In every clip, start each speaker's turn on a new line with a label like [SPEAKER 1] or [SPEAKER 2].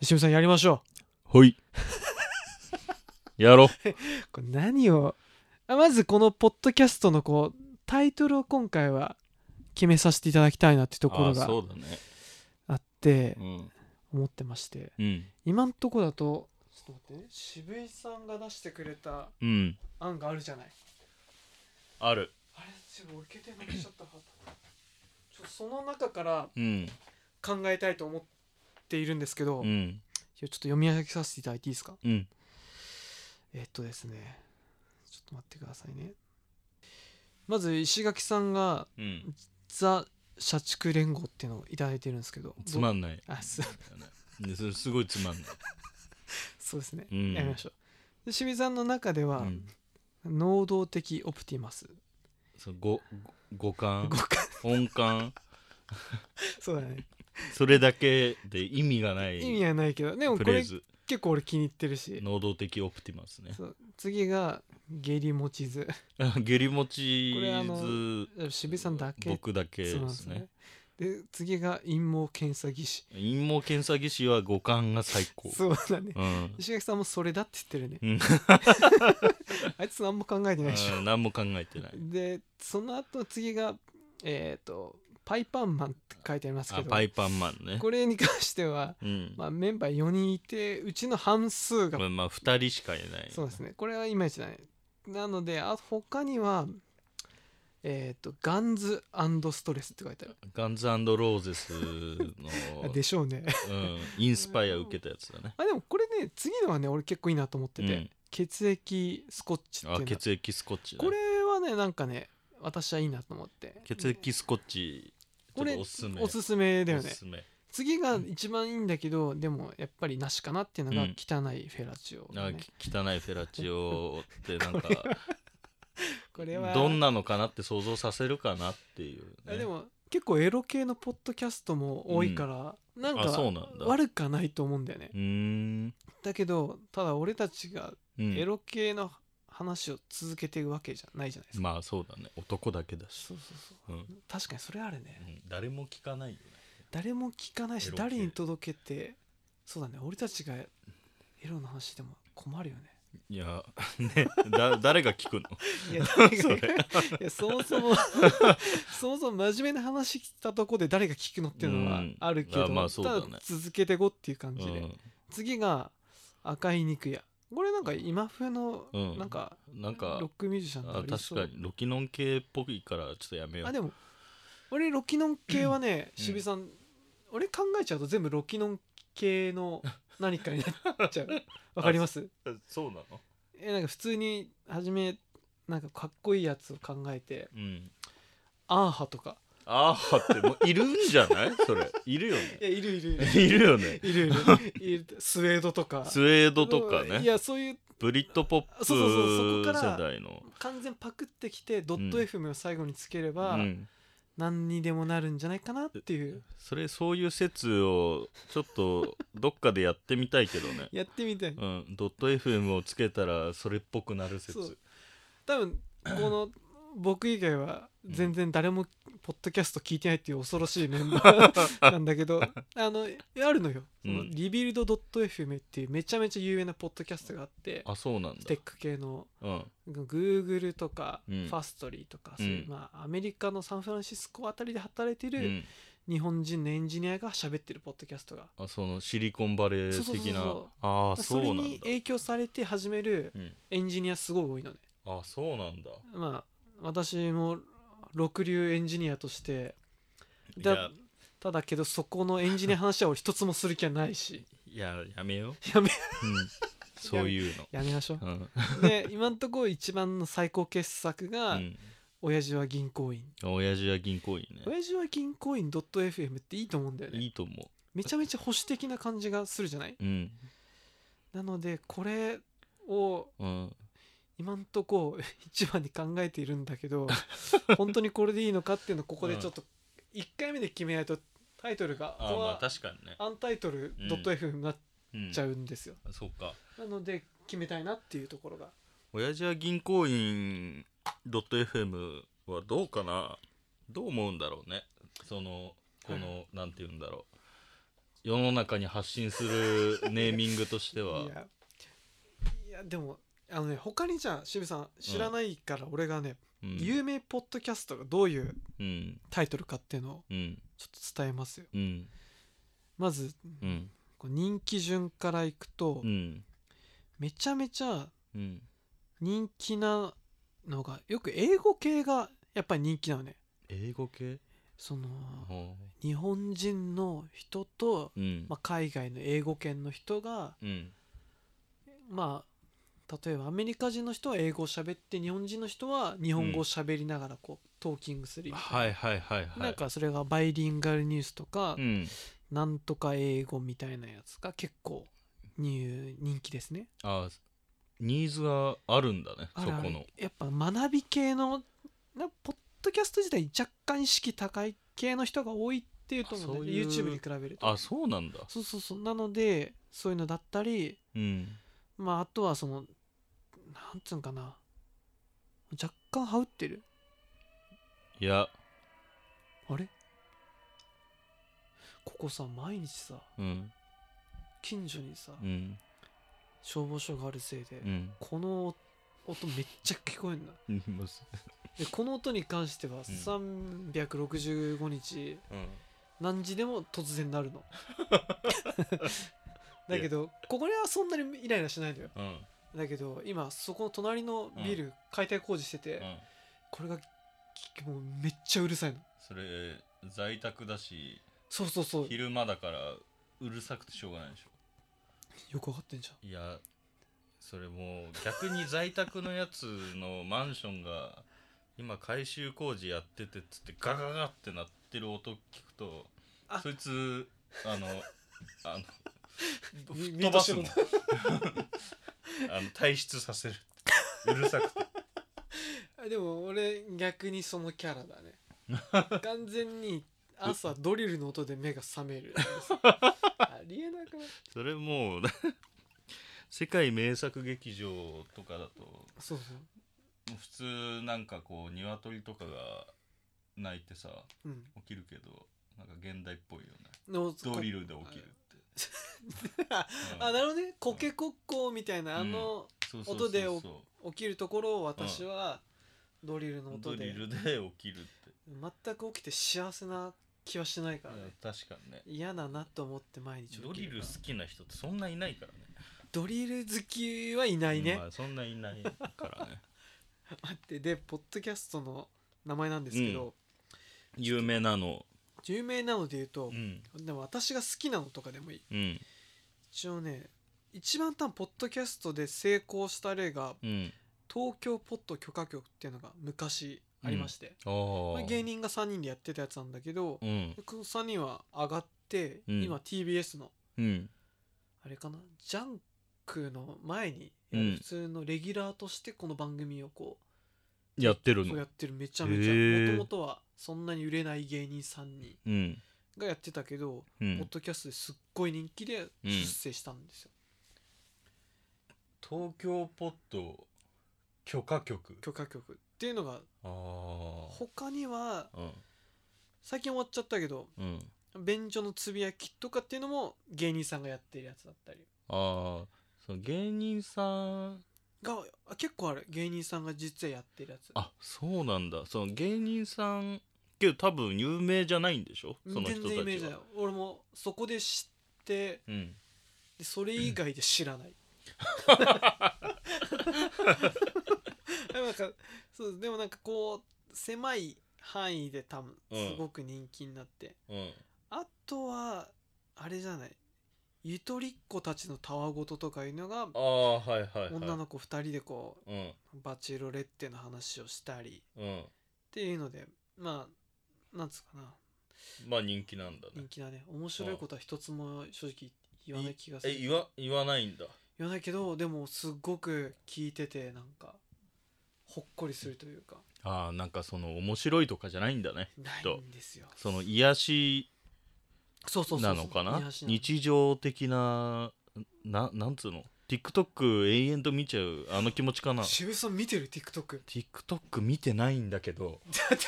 [SPEAKER 1] 吉見さんやりましょ
[SPEAKER 2] ほい。やろう。
[SPEAKER 1] うこれ何をあまずこのポッドキャストのこうタイトルを今回は決めさせていただきたいな ってとこ
[SPEAKER 2] あ
[SPEAKER 1] ろ
[SPEAKER 2] あ、
[SPEAKER 1] が
[SPEAKER 2] そうだね。
[SPEAKER 1] あって
[SPEAKER 2] うん。
[SPEAKER 1] 思ってまして
[SPEAKER 2] うん。
[SPEAKER 1] 今んとこだとちょっと待ってね渋井さんが出してくれた
[SPEAKER 2] うん。
[SPEAKER 1] 案があるじゃない
[SPEAKER 2] ある。
[SPEAKER 1] あれちょっと俺携帯なくしちゃったかちょっとその中から
[SPEAKER 2] うん。
[SPEAKER 1] 考えたいと思っているんですけど、
[SPEAKER 2] う
[SPEAKER 1] いや
[SPEAKER 2] ん。
[SPEAKER 1] ちょっと読み上げさせていただいていいですか
[SPEAKER 2] うん。
[SPEAKER 1] えっとですねちょっと待ってくださいねまず石垣さんが
[SPEAKER 2] うん。
[SPEAKER 1] ザ社畜連合っていうのをいただいてるんですけど
[SPEAKER 2] つま
[SPEAKER 1] ん
[SPEAKER 2] んない。
[SPEAKER 1] あす
[SPEAKER 2] ねそれすごいつまんない。
[SPEAKER 1] そうですね、
[SPEAKER 2] うん
[SPEAKER 1] やりましょうで清水さんの中では、
[SPEAKER 2] うん。
[SPEAKER 1] 能動的オプティマス
[SPEAKER 2] そうごご五感
[SPEAKER 1] 五感
[SPEAKER 2] 音感
[SPEAKER 1] そうだね
[SPEAKER 2] それだけで意味がない
[SPEAKER 1] 意味はないけどでも
[SPEAKER 2] フ
[SPEAKER 1] こ
[SPEAKER 2] レ
[SPEAKER 1] れ
[SPEAKER 2] ーズ
[SPEAKER 1] 結構俺気に入ってるし
[SPEAKER 2] 能動的オプティマスね
[SPEAKER 1] そう次が下痢持ちず
[SPEAKER 2] あゲリ持ち
[SPEAKER 1] これあ
[SPEAKER 2] ず
[SPEAKER 1] 渋井さんだけ
[SPEAKER 2] 僕だけ
[SPEAKER 1] そうなん
[SPEAKER 2] で
[SPEAKER 1] ですす
[SPEAKER 2] ね
[SPEAKER 1] ねで次が陰謀検査技師
[SPEAKER 2] 陰謀検査技師は五感が最高
[SPEAKER 1] そうだね
[SPEAKER 2] うん
[SPEAKER 1] 石垣さんもそれだって言ってるね
[SPEAKER 2] うん
[SPEAKER 1] あいつ何も考えてないでしょ
[SPEAKER 2] うん何も考えてない
[SPEAKER 1] でその後次がえっ、とパイパンマンって書いてありますけ
[SPEAKER 2] あ
[SPEAKER 1] ど
[SPEAKER 2] パイパンマンね
[SPEAKER 1] これに関しては、
[SPEAKER 2] うん
[SPEAKER 1] まあ、メンバー4人いてうちの半数が
[SPEAKER 2] まあまあ二人しかいない
[SPEAKER 1] そうですねこれはイメージないなのであ他にはえっ、とガンズストレスって書いてある
[SPEAKER 2] ガンズローゼス
[SPEAKER 1] あ
[SPEAKER 2] の
[SPEAKER 1] でしょうね
[SPEAKER 2] うんインスパイア受けたやつだね
[SPEAKER 1] あでもこれね次のはね俺結構いいなと思ってて、
[SPEAKER 2] うん
[SPEAKER 1] 血液スコッチって
[SPEAKER 2] あ
[SPEAKER 1] いうの
[SPEAKER 2] 血液スコッチだ
[SPEAKER 1] これはねなんかね私はいいなと思って
[SPEAKER 2] 血液スコッチち
[SPEAKER 1] こ
[SPEAKER 2] ょっ
[SPEAKER 1] れ
[SPEAKER 2] とおすすめ
[SPEAKER 1] おすすめだよ
[SPEAKER 2] お
[SPEAKER 1] ね
[SPEAKER 2] すすめ
[SPEAKER 1] 次が一番いいんだけどでもやっぱりなしかなっていうのが
[SPEAKER 2] うん
[SPEAKER 1] 汚いフェラチオだ
[SPEAKER 2] な
[SPEAKER 1] ね、
[SPEAKER 2] んかき汚いフェラチオってなんか
[SPEAKER 1] これは
[SPEAKER 2] どんなのかなって想像させるかなっていう、
[SPEAKER 1] あ
[SPEAKER 2] ね、
[SPEAKER 1] でも結構エロ系のポッドキャストも多いから、なん
[SPEAKER 2] あ
[SPEAKER 1] か
[SPEAKER 2] そうなんだ
[SPEAKER 1] 悪くはないと思うんだよね
[SPEAKER 2] うーん
[SPEAKER 1] だけどただ俺たちが
[SPEAKER 2] うん
[SPEAKER 1] エロ系の話を続けていくわけじゃないじゃないですか、
[SPEAKER 2] まあそうだね男だけだし、
[SPEAKER 1] そうそうそう
[SPEAKER 2] うん
[SPEAKER 1] 確かにそれあるね
[SPEAKER 2] うん誰も聞かないよね
[SPEAKER 1] 誰も聞かない
[SPEAKER 2] エ
[SPEAKER 1] し
[SPEAKER 2] ロ系
[SPEAKER 1] 誰に届けてそうだね俺たちがエロの話でも困るよね
[SPEAKER 2] いや ねだ誰が聞くの
[SPEAKER 1] いや誰
[SPEAKER 2] そ
[SPEAKER 1] が
[SPEAKER 2] れ
[SPEAKER 1] いやそもそも そもそも真面目な話したとこで誰が聞くのっていうのはあるけど、
[SPEAKER 2] うんあまあそうだね
[SPEAKER 1] ただ続けてこっていう感じで、
[SPEAKER 2] うん
[SPEAKER 1] 次が赤い肉屋これなんか今風の
[SPEAKER 2] うん
[SPEAKER 1] なんか、
[SPEAKER 2] なんか
[SPEAKER 1] ロックミュージシャンの
[SPEAKER 2] あ
[SPEAKER 1] り
[SPEAKER 2] 確
[SPEAKER 1] そう
[SPEAKER 2] かにロキノン系っぽいからちょっとやめよう
[SPEAKER 1] あでも俺ロキノン系はね、
[SPEAKER 2] うん
[SPEAKER 1] 渋井さん俺考えちゃうと全部ロキノン系の何かになっ ちゃうわかります
[SPEAKER 2] そうなの
[SPEAKER 1] えなんか普通に初めなんかかっこいいやつを考えて
[SPEAKER 2] うん
[SPEAKER 1] アーハとか
[SPEAKER 2] ああってもういるんじゃない それいるよね
[SPEAKER 1] いやいるい るいる
[SPEAKER 2] いるよね
[SPEAKER 1] いるいる いるスウェードとか
[SPEAKER 2] スウェードとか
[SPEAKER 1] い
[SPEAKER 2] ね
[SPEAKER 1] やそういう
[SPEAKER 2] ブリッドポップ
[SPEAKER 1] そうそうそうそこから
[SPEAKER 2] 世代の
[SPEAKER 1] 完全パクってきてドット FM を最後につければ、
[SPEAKER 2] うん
[SPEAKER 1] 何にでもなるんじゃないかなっていう
[SPEAKER 2] それそういう説をちょっとどっかでやってみたいけどね
[SPEAKER 1] やってみたい
[SPEAKER 2] うんドット FM をつけたらそれっぽくなる説
[SPEAKER 1] そう多分こ の僕以外は全然誰もポッドキャスト聞いてないっていう恐ろしいメンバ ーなんだけどあのあるのよ、その
[SPEAKER 2] うん
[SPEAKER 1] リビルド .fm っていうめちゃめちゃ有名なポッドキャストがあって
[SPEAKER 2] あそうなん
[SPEAKER 1] ス
[SPEAKER 2] だ
[SPEAKER 1] テック系の
[SPEAKER 2] うん、
[SPEAKER 1] Google とか、
[SPEAKER 2] うん
[SPEAKER 1] ファストリーとかそういう、
[SPEAKER 2] うん
[SPEAKER 1] まあ、アメリカのサンフランシスコあたりで働いて
[SPEAKER 2] う
[SPEAKER 1] る
[SPEAKER 2] ん、
[SPEAKER 1] 日本人のエンジニアが喋ってるポッドキャストが、
[SPEAKER 2] あそのシリコンバレー
[SPEAKER 1] そうそうそう
[SPEAKER 2] 的な
[SPEAKER 1] そう
[SPEAKER 2] ああそ
[SPEAKER 1] そうれ
[SPEAKER 2] なんだ
[SPEAKER 1] に影響されて始める
[SPEAKER 2] うん、
[SPEAKER 1] エンジニアすごい多いのね
[SPEAKER 2] あそうなんだ
[SPEAKER 1] まあ私も六流エンジニアとして
[SPEAKER 2] いや
[SPEAKER 1] だただけどそこのエンジニアの話は俺一つもする気はない し
[SPEAKER 2] いや やめよ
[SPEAKER 1] やめ
[SPEAKER 2] う、うん、そういうの
[SPEAKER 1] やめましょ
[SPEAKER 2] うん、
[SPEAKER 1] うで今んところ一番の最高傑作が
[SPEAKER 2] うん
[SPEAKER 1] 「親父は銀行員」
[SPEAKER 2] 親父は銀行員ね
[SPEAKER 1] 親父は銀行員 .fm っていいと思うんだよ
[SPEAKER 2] い
[SPEAKER 1] ね
[SPEAKER 2] いと思
[SPEAKER 1] めちゃめちゃ保守的な感じがするじゃないう
[SPEAKER 2] うん
[SPEAKER 1] なのでこれを
[SPEAKER 2] うん
[SPEAKER 1] 今んとこ 一番に考えているんだけ ど本当にこれでいいのかっていうのをここでちょっと1回目で決めないとタイトルが
[SPEAKER 2] あ
[SPEAKER 1] ここ
[SPEAKER 2] まあ
[SPEAKER 1] は
[SPEAKER 2] 確かにね
[SPEAKER 1] アンタイトル
[SPEAKER 2] うん
[SPEAKER 1] .f になっ
[SPEAKER 2] うん
[SPEAKER 1] ちゃうんですよ、
[SPEAKER 2] そうか
[SPEAKER 1] なので決めたいなっていうところが
[SPEAKER 2] 親父は銀行員 .fm はどうかなどう思うんだろうねそのこの、なんて言うんだろう世の中に発信する ネーミングとしてはい
[SPEAKER 1] やいやでもあのね他にじゃあ渋さん知らないから俺がね、
[SPEAKER 2] うん
[SPEAKER 1] 有名ポッドキャストがどういう
[SPEAKER 2] うん
[SPEAKER 1] タイトルかっていうのを
[SPEAKER 2] うん
[SPEAKER 1] ちょっと伝えますよ
[SPEAKER 2] うん
[SPEAKER 1] まず
[SPEAKER 2] うん
[SPEAKER 1] こう人気順からいくと、
[SPEAKER 2] うん
[SPEAKER 1] めちゃめちゃ
[SPEAKER 2] うん
[SPEAKER 1] 人気なのがよく英語系がやっぱり人気なのね
[SPEAKER 2] 英語系
[SPEAKER 1] その
[SPEAKER 2] ほ
[SPEAKER 1] 日本人の人と、
[SPEAKER 2] ううん
[SPEAKER 1] まあ、海外の英語圏の人が
[SPEAKER 2] うん
[SPEAKER 1] まあ例えばアメリカ人の人は英語を喋って日本人の人は日本語を喋りながらこうトーキングするみたいな、
[SPEAKER 2] はいはいはいはい
[SPEAKER 1] なんかそれがバイリンガルニュースとか、
[SPEAKER 2] うん
[SPEAKER 1] なんとか英語みたいなやつが結構入人気ですね
[SPEAKER 2] あニーズがあるんだね
[SPEAKER 1] あ
[SPEAKER 2] そ
[SPEAKER 1] るある
[SPEAKER 2] この
[SPEAKER 1] やっぱ学び系のなポッドキャスト自体若干意識高い系の人が多いっていうと思うんだよね
[SPEAKER 2] あそうい
[SPEAKER 1] YouTube
[SPEAKER 2] う
[SPEAKER 1] に比べると
[SPEAKER 2] あそうなんだ
[SPEAKER 1] そうそうそうなのでそういうのだったり
[SPEAKER 2] うん
[SPEAKER 1] まああとはそのなんつうんかな若干羽織ってる
[SPEAKER 2] いや
[SPEAKER 1] あれここさ毎日さ
[SPEAKER 2] うん
[SPEAKER 1] 近所にさ、
[SPEAKER 2] うん
[SPEAKER 1] 消防署があるせいで、
[SPEAKER 2] うん
[SPEAKER 1] この音めっちゃ聞こえんな
[SPEAKER 2] うんまず
[SPEAKER 1] でこの音に関しては365日
[SPEAKER 2] うん
[SPEAKER 1] 何時でも突然なるの だけどここにはそんなにイライラしないのよ
[SPEAKER 2] うん
[SPEAKER 1] だけど今そこの隣のビル解体工事してて、
[SPEAKER 2] うん
[SPEAKER 1] これがきもうめっちゃうるさいの
[SPEAKER 2] それ在宅だし
[SPEAKER 1] そうそうそう
[SPEAKER 2] 昼間だからうるさくてしょうがないでしょ
[SPEAKER 1] よくわかってんじゃん
[SPEAKER 2] いやそれもう逆に在宅のやつのマンションが今改修工事やっててっつってガガガって鳴ってる音聞くと
[SPEAKER 1] あ
[SPEAKER 2] そいつあのあの
[SPEAKER 1] み
[SPEAKER 2] 飛ばすの
[SPEAKER 1] ミートし
[SPEAKER 2] あの退出させるうるさくて
[SPEAKER 1] あでも俺逆にそのキャラだ ね完全に朝ドリルの音で目が覚め るありえなくない
[SPEAKER 2] それもう世界名作劇場とかだと
[SPEAKER 1] そうそう
[SPEAKER 2] 普通なんかこう鶏とかが鳴いてさ
[SPEAKER 1] うん
[SPEAKER 2] 起きるけどなんか現代っぽいよね
[SPEAKER 1] の
[SPEAKER 2] ドリルで起きるって
[SPEAKER 1] あ
[SPEAKER 2] うん
[SPEAKER 1] あなるほどねコケコッコーみたいなあの
[SPEAKER 2] そうそうそうそう
[SPEAKER 1] 音でお起きるところを私はドリルの
[SPEAKER 2] ド
[SPEAKER 1] 音
[SPEAKER 2] リ
[SPEAKER 1] で
[SPEAKER 2] ルで起きるって
[SPEAKER 1] 全く起きて幸せな気はしないからね
[SPEAKER 2] 確かにね
[SPEAKER 1] 嫌だなと思って毎日起きる
[SPEAKER 2] ドリル好きな人ってそんないないからね
[SPEAKER 1] ドリル好きはいないね、
[SPEAKER 2] まあ、そんないないからね
[SPEAKER 1] 待ってでポッドキャストの名前なんですけど、
[SPEAKER 2] う有名なの
[SPEAKER 1] 有名なので言うと
[SPEAKER 2] う、ん
[SPEAKER 1] でも私が好きなのとかでもいい
[SPEAKER 2] うん
[SPEAKER 1] 一応ね一番多分ポッドキャストで成功した例が
[SPEAKER 2] うん
[SPEAKER 1] 東京ポッド許可局っていうのが昔ありまして、
[SPEAKER 2] あ
[SPEAKER 1] ま
[SPEAKER 2] あ
[SPEAKER 1] あ芸人が3人でやってたやつなんだけど、
[SPEAKER 2] うん
[SPEAKER 1] この3人は上がって、
[SPEAKER 2] うん
[SPEAKER 1] 今 TBS の
[SPEAKER 2] うん
[SPEAKER 1] あれかなジャンクの前にやる
[SPEAKER 2] うん
[SPEAKER 1] 普通のレギュラーとしてこの番組をこ
[SPEAKER 2] やって
[SPEAKER 1] う,、
[SPEAKER 2] る
[SPEAKER 1] そう
[SPEAKER 2] の
[SPEAKER 1] やってるめちゃめちゃ
[SPEAKER 2] へ
[SPEAKER 1] も
[SPEAKER 2] ー
[SPEAKER 1] ともとはそんなに売れない芸人3人
[SPEAKER 2] うん
[SPEAKER 1] がやってたけど、
[SPEAKER 2] う
[SPEAKER 1] ポッ
[SPEAKER 2] ん
[SPEAKER 1] ドキャストですっごい人気で
[SPEAKER 2] うん
[SPEAKER 1] 出世したんですよ、
[SPEAKER 2] 東京ポッド許可局
[SPEAKER 1] 許可局っていうのが
[SPEAKER 2] あ
[SPEAKER 1] 他には
[SPEAKER 2] あうん
[SPEAKER 1] 最近終わっちゃったけど
[SPEAKER 2] うん
[SPEAKER 1] 便所のつぶやきとかっていうのも芸人さんがやってるやつだったり
[SPEAKER 2] ああその芸人さん
[SPEAKER 1] があ結構ある芸人さんが実はやってるやつ
[SPEAKER 2] あそうなんだその芸人さんけど多分有名じゃないんでしょその
[SPEAKER 1] 全
[SPEAKER 2] 人たち
[SPEAKER 1] 然
[SPEAKER 2] は
[SPEAKER 1] イメージない俺もそこで知って
[SPEAKER 2] うん
[SPEAKER 1] でそれ以外で知らない、 なんかそうでもなんかこう狭い範囲で多分
[SPEAKER 2] うん
[SPEAKER 1] すごく人気になって、
[SPEAKER 2] うん
[SPEAKER 1] あとはあれじゃないゆとりっ子たちのたわごととかいうのが
[SPEAKER 2] ああはいはい、はい、
[SPEAKER 1] 女の子2人でこ
[SPEAKER 2] うん
[SPEAKER 1] うバチェロレッテの話をしたり
[SPEAKER 2] うん
[SPEAKER 1] っていうのでまあなんつうかな
[SPEAKER 2] まあ人気なんだね
[SPEAKER 1] 人気だね面白いことは一つも正直言わない気がす
[SPEAKER 2] え
[SPEAKER 1] る
[SPEAKER 2] 言わ言わないんだ
[SPEAKER 1] 言わないけどでもすっごく聞いててなんかほっこりするというか
[SPEAKER 2] ああなんかその面白いとかじゃないんだね
[SPEAKER 1] ないんですよ
[SPEAKER 2] その癒し
[SPEAKER 1] そうそうそうそう
[SPEAKER 2] なのかな
[SPEAKER 1] 癒しの
[SPEAKER 2] 日常的なななんつうの TikTok 永遠と見ちゃうあの気持ちかな
[SPEAKER 1] 渋谷さん見てる TikTok
[SPEAKER 2] TikTok 見てないんだけど
[SPEAKER 1] だっ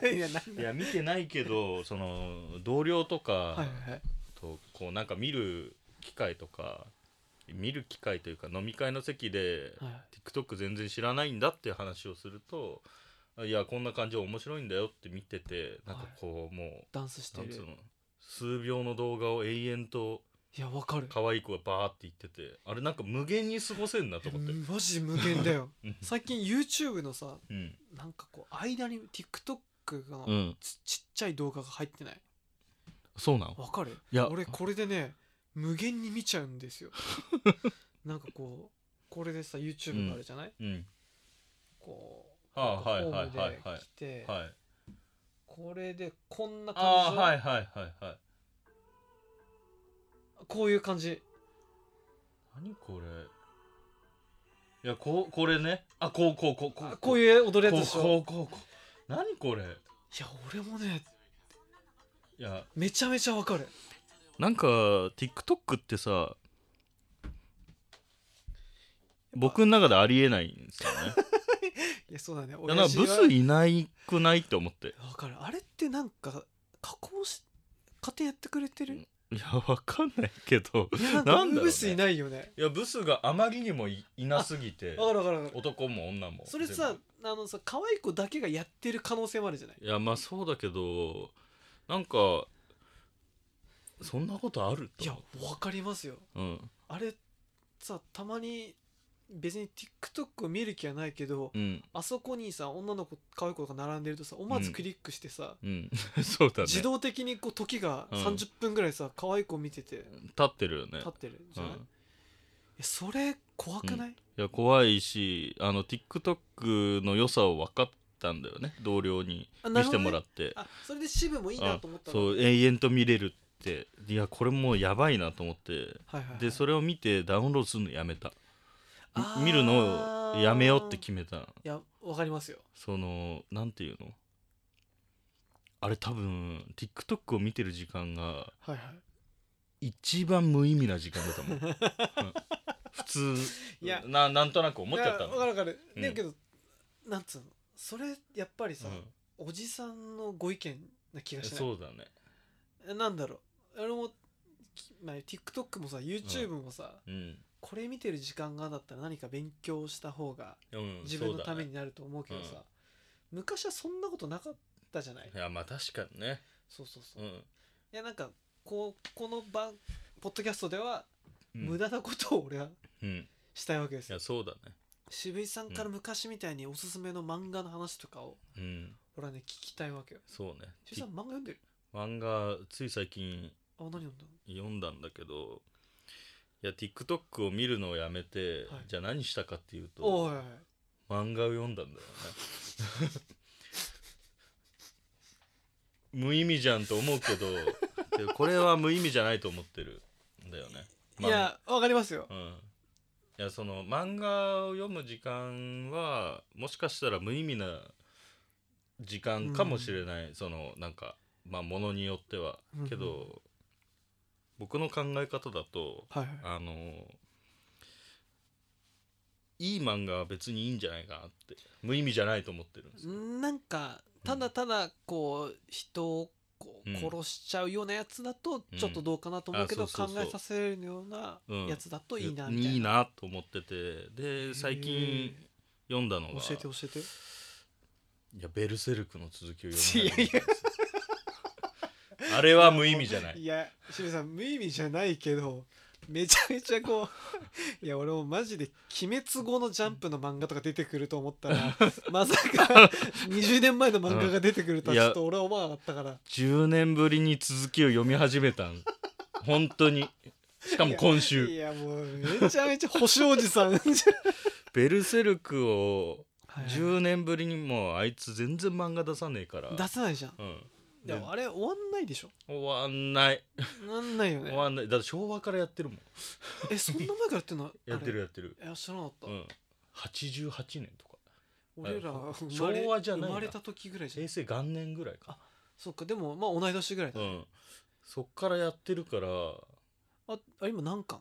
[SPEAKER 1] ていやなん
[SPEAKER 2] い
[SPEAKER 1] だ
[SPEAKER 2] や見てないけどその同僚とか、
[SPEAKER 1] はいはいはい
[SPEAKER 2] とこうなんか見る機会とか見る機会というか飲み会の席で
[SPEAKER 1] はい
[SPEAKER 2] TikTok 全然知らないんだっていう話をするといやこんな感じ面白いんだよって見ててなんかこうもう、
[SPEAKER 1] ダンスして
[SPEAKER 2] なん
[SPEAKER 1] る
[SPEAKER 2] つうの数秒の動画を永遠と
[SPEAKER 1] いやわかる
[SPEAKER 2] 可愛い子がバーって言っててあれなんか無限に過ごせんなと思って
[SPEAKER 1] うんマジ無限だよ
[SPEAKER 2] うん
[SPEAKER 1] 最近 YouTube のさ
[SPEAKER 2] うん
[SPEAKER 1] なんかこう間に TikTok が
[SPEAKER 2] うん
[SPEAKER 1] ちちっちゃい動画が入ってない
[SPEAKER 2] そうなの
[SPEAKER 1] わかる
[SPEAKER 2] いや
[SPEAKER 1] 俺これでね無限に見ちゃうんですよ なんかこうこれでさ YouTube があるじゃない、
[SPEAKER 2] うん
[SPEAKER 1] こう
[SPEAKER 2] はあ
[SPEAKER 1] なんか
[SPEAKER 2] はい
[SPEAKER 1] ホームで
[SPEAKER 2] はいはいはい
[SPEAKER 1] 来て、
[SPEAKER 2] はい
[SPEAKER 1] これでこんな感
[SPEAKER 2] ああ
[SPEAKER 1] じ、
[SPEAKER 2] はいはいはいはい
[SPEAKER 1] こういう感じ
[SPEAKER 2] 何これいやこうこれねあこうこうこうこ
[SPEAKER 1] あ
[SPEAKER 2] う
[SPEAKER 1] こう
[SPEAKER 2] う
[SPEAKER 1] いう踊るや
[SPEAKER 2] こ
[SPEAKER 1] つ
[SPEAKER 2] う
[SPEAKER 1] でしょ
[SPEAKER 2] こうこうこう何これ
[SPEAKER 1] いや俺もね
[SPEAKER 2] いや
[SPEAKER 1] めちゃめちゃわかる
[SPEAKER 2] なんか TikTok ってさ僕の中でありえないんですよ ね
[SPEAKER 1] いやそうだね
[SPEAKER 2] いや
[SPEAKER 1] 俺
[SPEAKER 2] なんかブスいないくないって思って
[SPEAKER 1] わかるあれってなんか加工し勝手にやってくれてる
[SPEAKER 2] いやわかんないけど
[SPEAKER 1] いやなんか
[SPEAKER 2] なんだろうね
[SPEAKER 1] ブスいないよね
[SPEAKER 2] いやブスがあまりにもいいなすぎて
[SPEAKER 1] わかるわかるわかる
[SPEAKER 2] 男も女も
[SPEAKER 1] それ
[SPEAKER 2] 全
[SPEAKER 1] さ
[SPEAKER 2] 部
[SPEAKER 1] あのさ可愛い子だけがやってる可能性もあるじゃない
[SPEAKER 2] いやまあそうだけどなんかそんなことある
[SPEAKER 1] い
[SPEAKER 2] と
[SPEAKER 1] や
[SPEAKER 2] 思
[SPEAKER 1] わかりますよ
[SPEAKER 2] ううん
[SPEAKER 1] あれさたまに別に TikTok を見る気はないけど
[SPEAKER 2] うん
[SPEAKER 1] あそこにさ女の子可愛い子が並んでるとさ思わずクリックしてさ、
[SPEAKER 2] うん そうだね
[SPEAKER 1] 自動的にこう時が
[SPEAKER 2] うん
[SPEAKER 1] 30分ぐらいさ、可愛い子見てて
[SPEAKER 2] 立ってるよね
[SPEAKER 1] 立ってるじ
[SPEAKER 2] う
[SPEAKER 1] ゃ
[SPEAKER 2] ん
[SPEAKER 1] ない、いやそれ怖くない、
[SPEAKER 2] いや怖いしあの TikTok の良さを分かったんだよね同僚に
[SPEAKER 1] あな
[SPEAKER 2] 見
[SPEAKER 1] るほ
[SPEAKER 2] せて
[SPEAKER 1] どね
[SPEAKER 2] もらって
[SPEAKER 1] あそれで支部もいいなと思ったの
[SPEAKER 2] そう永遠と見れるっていやこれもうやばいなと思って
[SPEAKER 1] はいはいはい、
[SPEAKER 2] でそれを見てダウンロードするのやめたみ
[SPEAKER 1] あー
[SPEAKER 2] 見るのをやめようって決めた
[SPEAKER 1] いやわかりますよ
[SPEAKER 2] そのなんていうのあれ多分 TikTok を見てる時間が
[SPEAKER 1] はいはい
[SPEAKER 2] 一番無意味な時間だと思う、うん普通
[SPEAKER 1] いや
[SPEAKER 2] ななんとなく思っちゃった
[SPEAKER 1] い
[SPEAKER 2] の
[SPEAKER 1] やわかるわかる、
[SPEAKER 2] うん
[SPEAKER 1] だけどなんつうのそれやっぱりさ、
[SPEAKER 2] うん
[SPEAKER 1] おじさんのご意見な気がしない
[SPEAKER 2] そうだね
[SPEAKER 1] なんだろう俺も、きまあ、TikTok もさ YouTube もさ、
[SPEAKER 2] うん
[SPEAKER 1] これ見てる時間がだったら何か勉強した方が
[SPEAKER 2] うん
[SPEAKER 1] 自分のため
[SPEAKER 2] そう
[SPEAKER 1] になると思うけどさ、
[SPEAKER 2] うん
[SPEAKER 1] 昔はそんなことなかったじゃない
[SPEAKER 2] だねいやまあ確かにね
[SPEAKER 1] そうそうそうう、い
[SPEAKER 2] ん
[SPEAKER 1] やなんかこうこの番ポッドキャストでは
[SPEAKER 2] うん
[SPEAKER 1] 無駄なことを俺は
[SPEAKER 2] うん
[SPEAKER 1] したいわけです
[SPEAKER 2] い
[SPEAKER 1] よ、
[SPEAKER 2] やそうだね
[SPEAKER 1] 渋井さんから昔みたいにおすすめの漫画の話とかを
[SPEAKER 2] うん
[SPEAKER 1] 俺はね聞きたいわけよ
[SPEAKER 2] そうね
[SPEAKER 1] 渋井さん漫画読んでる
[SPEAKER 2] 漫画つい最近
[SPEAKER 1] あ何読んだの
[SPEAKER 2] 読んだんだけどいや TikTok を見るのをやめて、
[SPEAKER 1] はい
[SPEAKER 2] じゃあ何したかっていうと
[SPEAKER 1] おい
[SPEAKER 2] 漫画を読んだんだよね無意味じゃんと思うけど でこれは無意味じゃないと思ってるんだよね
[SPEAKER 1] いやわかりますよ
[SPEAKER 2] まあうんいやその漫画を読む時間はもしかしたら無意味な時間かもしれない、そのなんかまあものによっては
[SPEAKER 1] うんうん
[SPEAKER 2] けど、僕の考え方だと
[SPEAKER 1] はいはい
[SPEAKER 2] あのいい漫画は別にいいんじゃないかなって無意味じゃないと思ってるんですよ
[SPEAKER 1] なんかただただこう人をこう
[SPEAKER 2] うん
[SPEAKER 1] 殺しちゃうようなやつだと
[SPEAKER 2] うん
[SPEAKER 1] ちょっとどうかなと思うけ
[SPEAKER 2] あ
[SPEAKER 1] ど
[SPEAKER 2] そ
[SPEAKER 1] 考
[SPEAKER 2] うそうそう
[SPEAKER 1] えさせるような
[SPEAKER 2] うん
[SPEAKER 1] やつだといいなみた
[SPEAKER 2] い
[SPEAKER 1] い
[SPEAKER 2] い
[SPEAKER 1] な
[SPEAKER 2] なと思ってて
[SPEAKER 1] へ
[SPEAKER 2] で
[SPEAKER 1] ー
[SPEAKER 2] 最近読んだのが
[SPEAKER 1] 教えて教えて
[SPEAKER 2] いやベルセルクの続きを
[SPEAKER 1] い
[SPEAKER 2] 読
[SPEAKER 1] や
[SPEAKER 2] ん
[SPEAKER 1] い
[SPEAKER 2] だ
[SPEAKER 1] や
[SPEAKER 2] んです よあれは無意味じゃない
[SPEAKER 1] いや清水さん無意味じゃないけどめちゃめちゃこう いや俺もマジで「鬼滅後のジャンプ」の漫画とか出てくると思った らまさか20年前の漫画が出てくるとはちょっと俺は思わなかったから
[SPEAKER 2] 10年ぶりに続きを読み始めたん本当にしかも今
[SPEAKER 1] い
[SPEAKER 2] 週
[SPEAKER 1] やもうめちゃめちゃ星おじさんじゃん
[SPEAKER 2] ベルセルクを
[SPEAKER 1] はいはい
[SPEAKER 2] 10年ぶりにもうあいつ全然漫画出さねえから
[SPEAKER 1] 出せないじゃん
[SPEAKER 2] うん
[SPEAKER 1] でもあれ終わんないでしょ
[SPEAKER 2] 終わんない
[SPEAKER 1] なんないよ
[SPEAKER 2] 終
[SPEAKER 1] ね
[SPEAKER 2] わんないだって昭和からやってるもん
[SPEAKER 1] えそんな前からやってんの
[SPEAKER 2] やってる
[SPEAKER 1] あ
[SPEAKER 2] やってる
[SPEAKER 1] れいや知らなかった、
[SPEAKER 2] うん88年とか
[SPEAKER 1] 俺ら
[SPEAKER 2] あ
[SPEAKER 1] 生まれ
[SPEAKER 2] 昭和じゃないな
[SPEAKER 1] 生まれた時ぐらいじゃ
[SPEAKER 2] 平
[SPEAKER 1] ん
[SPEAKER 2] 成元年ぐらいか
[SPEAKER 1] そっかでもまあ同い年ぐらいだ、
[SPEAKER 2] うんそっからやってるから
[SPEAKER 1] ああ今何巻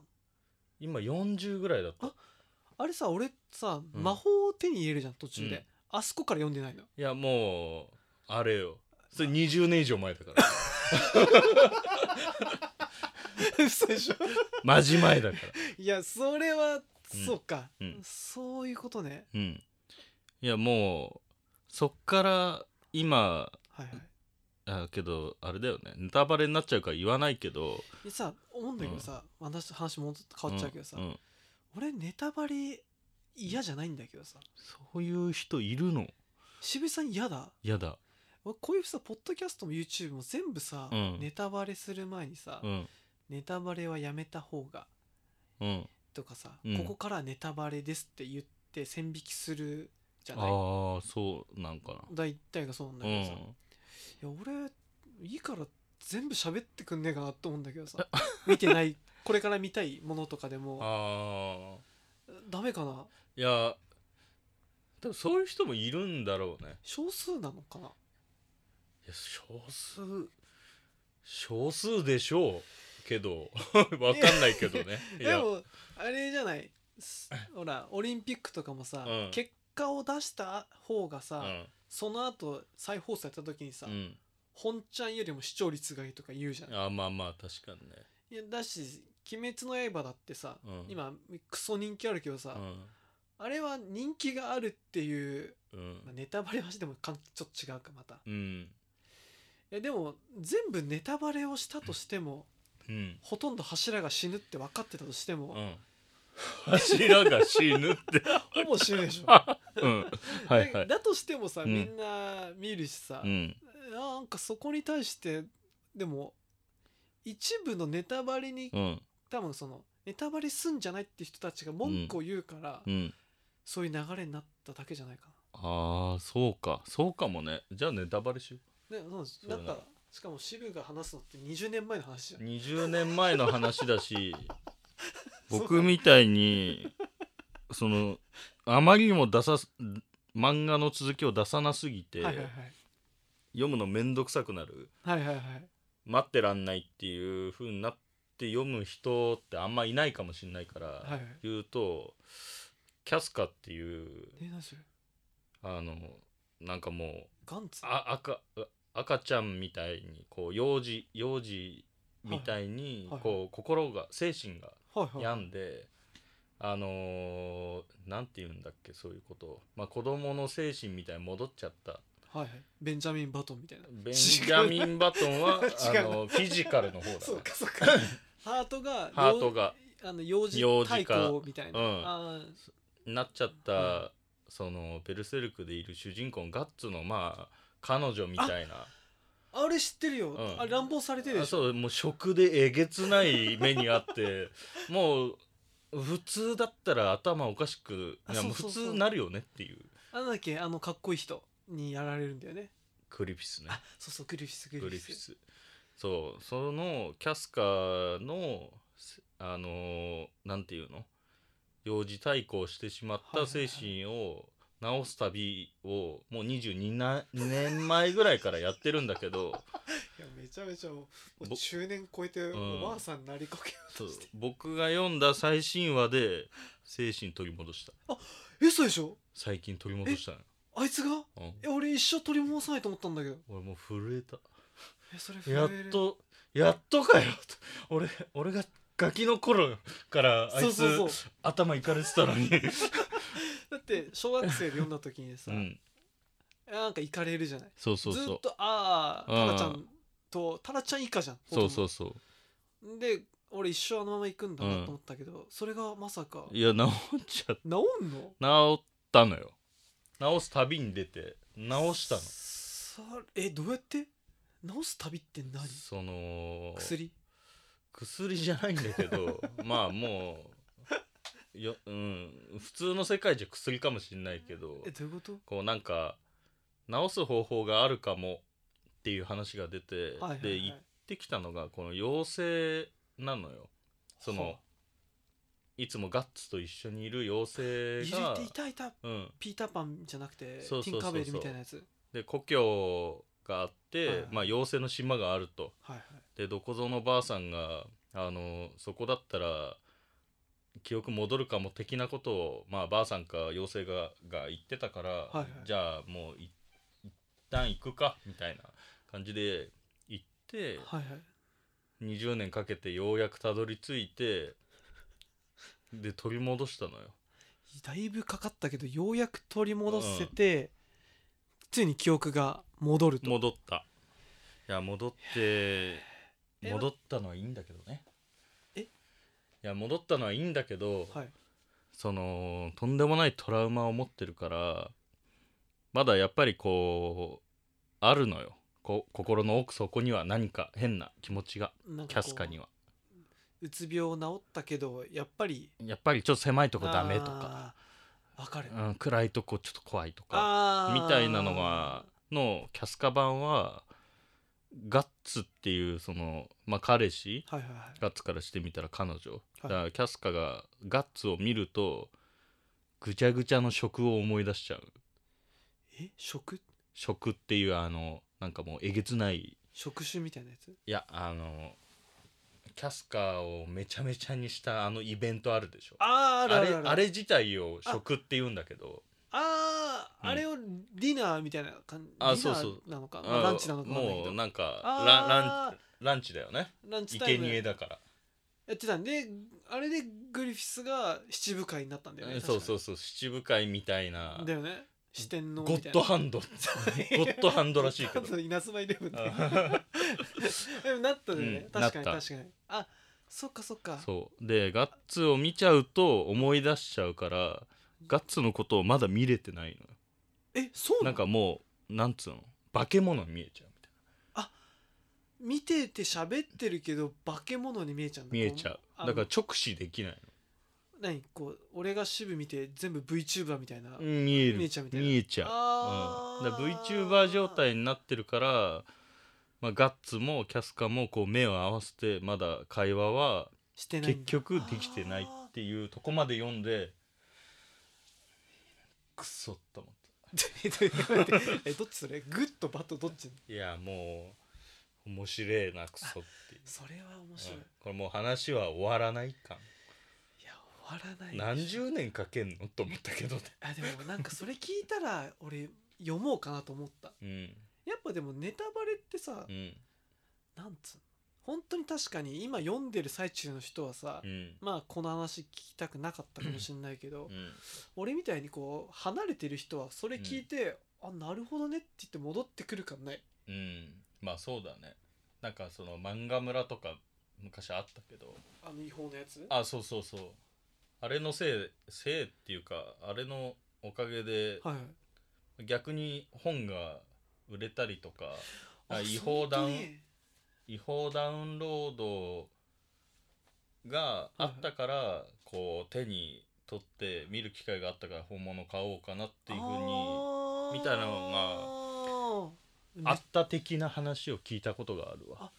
[SPEAKER 2] 今40ぐらいだった
[SPEAKER 1] ああれさ俺さ
[SPEAKER 2] うん
[SPEAKER 1] 魔法を手に入れるじゃん途中で、
[SPEAKER 2] うん
[SPEAKER 1] あそこから読んで ないの
[SPEAKER 2] いやもうあれよそれ20年以上前だから
[SPEAKER 1] 嘘でしょ
[SPEAKER 2] 真じ前だから
[SPEAKER 1] いやそれは、
[SPEAKER 2] うん
[SPEAKER 1] そうか、
[SPEAKER 2] うん
[SPEAKER 1] そういうことね
[SPEAKER 2] うんいやもうそっから今
[SPEAKER 1] はいはい
[SPEAKER 2] あけどあれだよねネタバレになっちゃうから言わないけど
[SPEAKER 1] でさ思うんだけどさ、私話も変わっちゃうけどさ、
[SPEAKER 2] んん
[SPEAKER 1] 俺ネタバレ嫌じゃないんだけどさ
[SPEAKER 2] そういう人いるの
[SPEAKER 1] 渋井さん嫌だ
[SPEAKER 2] やだ
[SPEAKER 1] 俺こういうさポッドキャストも YouTube も全部さ、
[SPEAKER 2] うん
[SPEAKER 1] ネタバレする前にさ、
[SPEAKER 2] うん
[SPEAKER 1] ネタバレはやめた方が
[SPEAKER 2] うん
[SPEAKER 1] とかさ、
[SPEAKER 2] うん
[SPEAKER 1] ここからネタバレですって言って線引きするじゃない
[SPEAKER 2] ああそうなんか
[SPEAKER 1] 大体がそうなんだ
[SPEAKER 2] なう
[SPEAKER 1] けどさ、
[SPEAKER 2] ん
[SPEAKER 1] いや俺いいから全部喋ってくんねえかなと思うんだけどさ 見てないこれから見たいものとかでも
[SPEAKER 2] ああ
[SPEAKER 1] ダメかない
[SPEAKER 2] やでもそういう人もいるんだろうね
[SPEAKER 1] 少数なのかない
[SPEAKER 2] や少数少数でしょうけど わかんないけどねい
[SPEAKER 1] で
[SPEAKER 2] や
[SPEAKER 1] もあれじゃないすほらオリンピックとかもさ、
[SPEAKER 2] うん
[SPEAKER 1] 結果を出した方がさ、
[SPEAKER 2] うん
[SPEAKER 1] その後再放送やった時にさ、
[SPEAKER 2] うん
[SPEAKER 1] 本ちゃんよりも視聴率がいいとか言うじゃんい
[SPEAKER 2] あまあまあ確かにね
[SPEAKER 1] やだし「鬼滅の刃」だってさ、
[SPEAKER 2] うん
[SPEAKER 1] 今クソ人気あるけどさ、あれは人気があるっていう、
[SPEAKER 2] うんうん
[SPEAKER 1] まあ、ネタバレはしでもかんちょっと違うかまたい
[SPEAKER 2] うん
[SPEAKER 1] やでも全部ネタバレをしたとしても、
[SPEAKER 2] うん
[SPEAKER 1] ほとんど柱が死ぬって分かってたとしても、
[SPEAKER 2] うん柱が死ぬって
[SPEAKER 1] ほぼ死ぬでしょ
[SPEAKER 2] うん はいは
[SPEAKER 1] だ
[SPEAKER 2] い
[SPEAKER 1] だとしてもさ、
[SPEAKER 2] うん
[SPEAKER 1] みんな見るしさ、
[SPEAKER 2] うん
[SPEAKER 1] なんかそこに対してでも一部のネタバレに
[SPEAKER 2] うん
[SPEAKER 1] 多分そのネタバレすんじゃないって人たちが文句を言うから、
[SPEAKER 2] うん
[SPEAKER 1] そういう流れになっただけじゃないか
[SPEAKER 2] ああそうかそうかもねじゃあネタバレしよ
[SPEAKER 1] な。ね、そうなんです
[SPEAKER 2] そう
[SPEAKER 1] な
[SPEAKER 2] だ
[SPEAKER 1] ん
[SPEAKER 2] な
[SPEAKER 1] かしかも渋が話すのって20年前の話じゃ。
[SPEAKER 2] うん20年前の話 だし
[SPEAKER 1] そう
[SPEAKER 2] 僕みたいにそのあまりにも出さす漫画の続きを出さなすぎて、
[SPEAKER 1] はいはい
[SPEAKER 2] 読むのめんどくさくなる
[SPEAKER 1] はいはいはいはい。
[SPEAKER 2] 待ってらんないっていう風になって読む人ってあんまいないかもしれないから、
[SPEAKER 1] はいはい
[SPEAKER 2] 言うとキャスカっていう
[SPEAKER 1] え何それ
[SPEAKER 2] あのなんかもう
[SPEAKER 1] ガンツ。
[SPEAKER 2] あ赤赤ちゃんみたいにこう幼児幼児みたいに
[SPEAKER 1] はいはい
[SPEAKER 2] こう心が精神が
[SPEAKER 1] はいはい。
[SPEAKER 2] 病んであのーなんて言うんだっけそういうことまあ子供の精神みたいに戻っちゃった
[SPEAKER 1] はいはい。ベンジャミンバトンみたいな。
[SPEAKER 2] ベンジャミン・バトンは
[SPEAKER 1] 違う
[SPEAKER 2] あのフィジカルの方だ
[SPEAKER 1] そう
[SPEAKER 2] ね
[SPEAKER 1] かそうか。 ハートが
[SPEAKER 2] ハートが
[SPEAKER 1] あの幼児
[SPEAKER 2] 幼児
[SPEAKER 1] 対
[SPEAKER 2] 化
[SPEAKER 1] 抗みたいな。
[SPEAKER 2] うん
[SPEAKER 1] あ
[SPEAKER 2] なっちゃった、
[SPEAKER 1] う
[SPEAKER 2] そのベルセルクでいる主人公のガッツのまあ彼女みたいな
[SPEAKER 1] ーあれ知ってるよ。
[SPEAKER 2] ん
[SPEAKER 1] あれ乱暴されてる
[SPEAKER 2] あ
[SPEAKER 1] でしょ。
[SPEAKER 2] そうもう食でえげつない目にあって もう普通だったら頭おかしく
[SPEAKER 1] あ
[SPEAKER 2] いやもう
[SPEAKER 1] そう
[SPEAKER 2] 普
[SPEAKER 1] そうそう
[SPEAKER 2] 通なるよねっていう
[SPEAKER 1] あなんだっけあのかっこいい人にやられるんだよね。
[SPEAKER 2] クリフィスね
[SPEAKER 1] あそうそうグリフィスグ
[SPEAKER 2] ク
[SPEAKER 1] リ
[SPEAKER 2] リ
[SPEAKER 1] フィ
[SPEAKER 2] フィ
[SPEAKER 1] ス。
[SPEAKER 2] ス そうそのキャスカーのせあのーなんていうの幼児対抗してしまっ
[SPEAKER 1] はい
[SPEAKER 2] た
[SPEAKER 1] はいは
[SPEAKER 2] 精
[SPEAKER 1] い
[SPEAKER 2] 神を治す旅をもう22な年前ぐらいからやってるんだ けど
[SPEAKER 1] いやめちゃめちゃもうもう
[SPEAKER 2] ぼ
[SPEAKER 1] 中年超えて
[SPEAKER 2] ん
[SPEAKER 1] おばあさんになりかけよう
[SPEAKER 2] そう
[SPEAKER 1] として、
[SPEAKER 2] 僕が読んだ最新話で精神取り戻した
[SPEAKER 1] えそうでしょ
[SPEAKER 2] 最近取り戻したのよ
[SPEAKER 1] あいつが
[SPEAKER 2] うん
[SPEAKER 1] え俺一生取り戻さないと思ったんだけど
[SPEAKER 2] 俺もう震えた
[SPEAKER 1] えそれ
[SPEAKER 2] やっ
[SPEAKER 1] 震える
[SPEAKER 2] とやっとかよと俺俺がガキの頃からあ
[SPEAKER 1] そ
[SPEAKER 2] いうつ
[SPEAKER 1] そうそう
[SPEAKER 2] 頭いかれてたのに
[SPEAKER 1] だって小学生で読んだ時に
[SPEAKER 2] う
[SPEAKER 1] さ、
[SPEAKER 2] ん
[SPEAKER 1] なんか行かれるじゃない
[SPEAKER 2] そうそう
[SPEAKER 1] ず
[SPEAKER 2] そ
[SPEAKER 1] っ
[SPEAKER 2] う
[SPEAKER 1] とああタラちゃ
[SPEAKER 2] うん
[SPEAKER 1] とタラちゃん以下じゃん
[SPEAKER 2] そうそううそう
[SPEAKER 1] で俺一生あのまま行くんだなと思ったけど、それがまさか
[SPEAKER 2] いや治っちゃ
[SPEAKER 1] 治んの
[SPEAKER 2] 治ったのよ治す旅に出て治したの
[SPEAKER 1] さえどうやって治す旅って何
[SPEAKER 2] その
[SPEAKER 1] 薬
[SPEAKER 2] 薬じゃないんだけ どまあもうよ、うん、普通の世界じゃ薬かもしんないけど
[SPEAKER 1] えどういうこと
[SPEAKER 2] こうなんか治す方法があるかもっていう話が出て、
[SPEAKER 1] はいは
[SPEAKER 2] で
[SPEAKER 1] い
[SPEAKER 2] 行
[SPEAKER 1] は
[SPEAKER 2] っ
[SPEAKER 1] い
[SPEAKER 2] てきたのがこの妖精なのよそ
[SPEAKER 1] は
[SPEAKER 2] の
[SPEAKER 1] あ
[SPEAKER 2] いつもガッツと一緒にいる妖
[SPEAKER 1] い
[SPEAKER 2] 精
[SPEAKER 1] る
[SPEAKER 2] が
[SPEAKER 1] っていたいた
[SPEAKER 2] うん、
[SPEAKER 1] ピーターパンじゃなくて
[SPEAKER 2] そうそうそうそう
[SPEAKER 1] ティンカーベルみたいなやつ
[SPEAKER 2] で故郷があって、
[SPEAKER 1] はいはい
[SPEAKER 2] まあ、妖精の島があると
[SPEAKER 1] はいはい
[SPEAKER 2] でどこぞのばあさんがあのそこだったら記憶戻るかも的なことを、まあ、ばあさんか妖精がが言ってたから、
[SPEAKER 1] いはい
[SPEAKER 2] じゃあもうい一旦行くかみたいな感じで行って、
[SPEAKER 1] はいはい
[SPEAKER 2] 20年かけてようやくたどり着いてで取り戻したのよ
[SPEAKER 1] だいぶかかったけどようやく取り戻せて、ついに記憶が戻ると
[SPEAKER 2] 戻ったいや戻って
[SPEAKER 1] え
[SPEAKER 2] 戻ったのはいいんだけどね
[SPEAKER 1] え
[SPEAKER 2] いや戻ったのはいいんだけど、
[SPEAKER 1] はい、
[SPEAKER 2] そのとんでもないトラウマを持ってるからまだやっぱりこうあるのよこ心の奥底には何か変な気持ちが
[SPEAKER 1] なん
[SPEAKER 2] キ
[SPEAKER 1] こ
[SPEAKER 2] ャ
[SPEAKER 1] う
[SPEAKER 2] スカには
[SPEAKER 1] うつ病治ったけどやっぱり
[SPEAKER 2] やっぱりちょっと狭いとこダメとか、
[SPEAKER 1] あーわかる
[SPEAKER 2] うん、暗いとこちょっと怖いとか
[SPEAKER 1] あ
[SPEAKER 2] み
[SPEAKER 1] ー
[SPEAKER 2] たいなのがのキャスカ版はガッツっていうその、まあ、彼氏
[SPEAKER 1] はいはいはい
[SPEAKER 2] ガッツからしてみたら彼女、だか
[SPEAKER 1] は
[SPEAKER 2] らキャスカがガッツを見るとぐちゃぐちゃの食を思い出しちゃう
[SPEAKER 1] え食
[SPEAKER 2] 食っていうあのなんかもうえげつない
[SPEAKER 1] 食種みたいなやつ
[SPEAKER 2] いやあのキャスカをめちゃめちゃにしたあのイベントあるでしょ
[SPEAKER 1] あーあるあるある
[SPEAKER 2] れあれ自体を食って言うんだけど
[SPEAKER 1] あー
[SPEAKER 2] うん
[SPEAKER 1] あれをディナーみたいな感じ
[SPEAKER 2] あ
[SPEAKER 1] ディナー
[SPEAKER 2] そう
[SPEAKER 1] なのか、まあ
[SPEAKER 2] あ
[SPEAKER 1] ランチなのかわかんないけ
[SPEAKER 2] も
[SPEAKER 1] ど
[SPEAKER 2] うなんかララン
[SPEAKER 1] あ
[SPEAKER 2] ランチだよね
[SPEAKER 1] ーランチタイ
[SPEAKER 2] 生
[SPEAKER 1] ム
[SPEAKER 2] 贄
[SPEAKER 1] や
[SPEAKER 2] だから
[SPEAKER 1] ってたんであれでグリフィスが七部会になったんだよね
[SPEAKER 2] そうそううそう七部会みたいな
[SPEAKER 1] だよね四天王
[SPEAKER 2] ゴ
[SPEAKER 1] みたいな
[SPEAKER 2] ッドハンドゴッドハンドらしいけ ど
[SPEAKER 1] ゴッドハンド稲妻イレブンで
[SPEAKER 2] あ
[SPEAKER 1] でもなったよね、
[SPEAKER 2] うん
[SPEAKER 1] 確かに
[SPEAKER 2] なった
[SPEAKER 1] 確かにあそっかそっか
[SPEAKER 2] そうでガッツを見ちゃうと思い出しちゃうからガッツのことをまだ見れてないのよ
[SPEAKER 1] えそうな
[SPEAKER 2] なん
[SPEAKER 1] の
[SPEAKER 2] かもうなんつうの化け物に見えちゃうみたい
[SPEAKER 1] 見てて喋ってるけど化け物に見えちゃうんだ
[SPEAKER 2] な見えちゃ
[SPEAKER 1] こ
[SPEAKER 2] う
[SPEAKER 1] あ
[SPEAKER 2] だ
[SPEAKER 1] の
[SPEAKER 2] から直視できない
[SPEAKER 1] 何こう俺が支部見て全部 VTuber みたいな、
[SPEAKER 2] の見える
[SPEAKER 1] 見えちゃうみたいな
[SPEAKER 2] 見えちゃう
[SPEAKER 1] あ
[SPEAKER 2] うん、だから VTuber 状態になってるから、まあ、ガッツもキャスカもこう目を合わせてまだ会話は
[SPEAKER 1] してない
[SPEAKER 2] 結
[SPEAKER 1] んだ
[SPEAKER 2] 局できてないっていうとこまで読んでクソっと思っ
[SPEAKER 1] え待ってえどっちそれグッとバッとどっち
[SPEAKER 2] たいやもう面白えなクソっていう
[SPEAKER 1] それは面白い、
[SPEAKER 2] うんこれもう話は終わらない感
[SPEAKER 1] いや終わらない
[SPEAKER 2] 何十年かけんのと思ったけどね、
[SPEAKER 1] あでもなんかそれ聞いたら俺読もうかなと思った
[SPEAKER 2] うん
[SPEAKER 1] やっぱでもネタバレってさ、
[SPEAKER 2] うん
[SPEAKER 1] なんつうの本当に確かに今読んでる最中の人はさ、
[SPEAKER 2] うん
[SPEAKER 1] まあこの話聞きたくなかったかもしれないけど、
[SPEAKER 2] うん
[SPEAKER 1] 俺みたいにこう離れてる人はそれ聞いて、あなるほどねって言って戻ってくる感ない
[SPEAKER 2] うんまあそうだねなんかその漫画村とか昔あったけど
[SPEAKER 1] あの違法のやつ
[SPEAKER 2] あそうそうそうあれのせいせいっていうかあれのおかげで
[SPEAKER 1] はい
[SPEAKER 2] 逆に本が売れたりとか
[SPEAKER 1] あ
[SPEAKER 2] あ違法ダウ
[SPEAKER 1] 本当
[SPEAKER 2] ン
[SPEAKER 1] に
[SPEAKER 2] 違法ダウンロードがあったからこう手に取って見る機会があったから本物買おうかなっていうふうに
[SPEAKER 1] あー
[SPEAKER 2] みたいなのあった的な話を聞いたことがあるわ。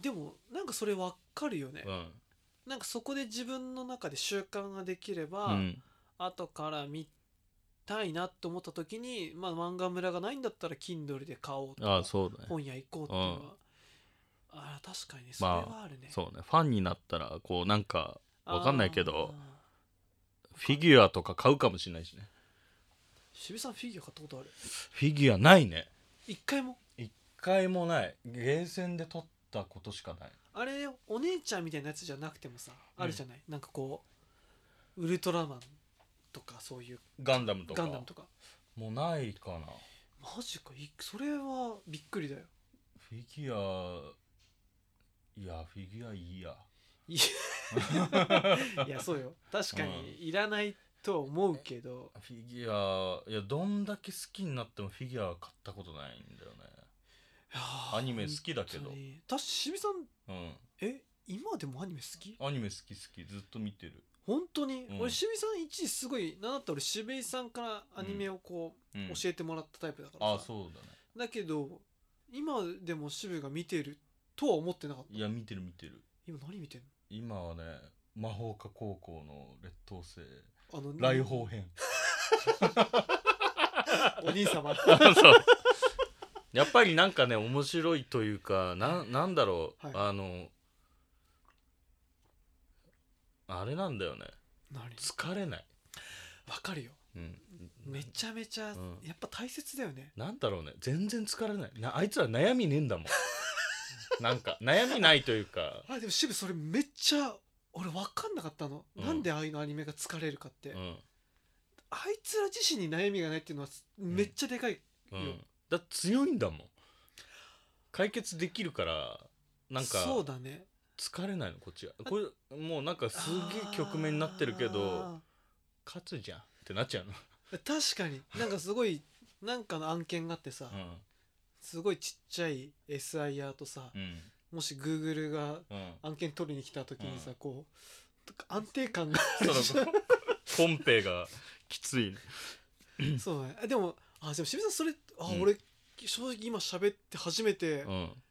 [SPEAKER 1] でもなんかそれわかるよね、
[SPEAKER 2] うん
[SPEAKER 1] なんかそこで自分の中で習慣ができれば、
[SPEAKER 2] うん
[SPEAKER 1] 後から見たいなと思った時に、まあ、漫画村がないんだったら Kindle で買おうとか
[SPEAKER 2] あそうだね
[SPEAKER 1] 本屋行こうっていうのは、あー確かにねそれ
[SPEAKER 2] まあ
[SPEAKER 1] はあるね、
[SPEAKER 2] そうねファンになったらこうなんかわかんないけど
[SPEAKER 1] あー
[SPEAKER 2] フィギュアとか買うかもしれないしね
[SPEAKER 1] 渋さんフィギュア買ったことある
[SPEAKER 2] フィギュアないね
[SPEAKER 1] 一回も
[SPEAKER 2] 一回もないゲーセンで撮ったことしかない
[SPEAKER 1] あれよお姉ちゃんみたいなやつじゃなくてもさあるじゃない、なんかこうウルトラマンとかそういう
[SPEAKER 2] ガンダムとか
[SPEAKER 1] ガンダムとか
[SPEAKER 2] もうないかな
[SPEAKER 1] マジかいそれはびっくりだよ
[SPEAKER 2] フィギュアいやフィギュアいいや
[SPEAKER 1] いやいやそうよ 確かにいらないとは思うけど、
[SPEAKER 2] フィギュアいやどんだけ好きになってもフィギュアは買ったことないんだよね
[SPEAKER 1] いやー
[SPEAKER 2] アニメ好きだけど
[SPEAKER 1] 本当に確か渋さん
[SPEAKER 2] うん
[SPEAKER 1] え今でもアニメ好き
[SPEAKER 2] アニメ好き好きずっと見てる
[SPEAKER 1] 本当に、
[SPEAKER 2] うん
[SPEAKER 1] 俺渋井さん一時すごいなんだったら俺渋井さんからアニメをこ
[SPEAKER 2] う
[SPEAKER 1] う、
[SPEAKER 2] ん
[SPEAKER 1] 教えてもらったタイプだから
[SPEAKER 2] あ
[SPEAKER 1] さ
[SPEAKER 2] そうだね
[SPEAKER 1] だけど今でも渋井が見てるとは思ってなかった
[SPEAKER 2] いや見てる見てる
[SPEAKER 1] 今何見てん
[SPEAKER 2] 今はね魔法科高校の劣等生
[SPEAKER 1] のあの
[SPEAKER 2] 来訪編
[SPEAKER 1] お兄 様
[SPEAKER 2] やっぱりなんかね面白いというかななんだろう、
[SPEAKER 1] はい
[SPEAKER 2] あのあれなんだよね
[SPEAKER 1] 何
[SPEAKER 2] 疲れない、
[SPEAKER 1] わかるよ
[SPEAKER 2] うん、
[SPEAKER 1] めちゃめちゃ、
[SPEAKER 2] うん
[SPEAKER 1] やっぱ大切だよね
[SPEAKER 2] なんだろうね全然疲れないなあいつら悩みねえんだもんなんか悩みないというか、
[SPEAKER 1] あでも渋それめっちゃ俺分かんなかったの、
[SPEAKER 2] うん
[SPEAKER 1] なんでああいうのアニメが疲れるかって、
[SPEAKER 2] うん
[SPEAKER 1] あいつら自身に悩みがないっていうのはめっちゃでかい、
[SPEAKER 2] うん、だって強いんだもん解決できるからなんか
[SPEAKER 1] そうだね
[SPEAKER 2] 疲れないのこっちがこれもうなんかすげえ局面になってるけど
[SPEAKER 1] あ
[SPEAKER 2] 勝つじゃんってなっちゃうの、
[SPEAKER 1] ー確かになんかすごい なんかの案件があってさ、すごいちっちゃい SIR とさ
[SPEAKER 2] う、ん
[SPEAKER 1] もし Google が
[SPEAKER 2] うんうん
[SPEAKER 1] 案件取りに来た時にさ、
[SPEAKER 2] うん
[SPEAKER 1] こう安定感 がある
[SPEAKER 2] そ
[SPEAKER 1] じゃ
[SPEAKER 2] のコンペがきつい、
[SPEAKER 1] んそうねあでもあでも渋谷さんそれあ、
[SPEAKER 2] うん
[SPEAKER 1] 俺正直今喋って初めて、
[SPEAKER 2] うん、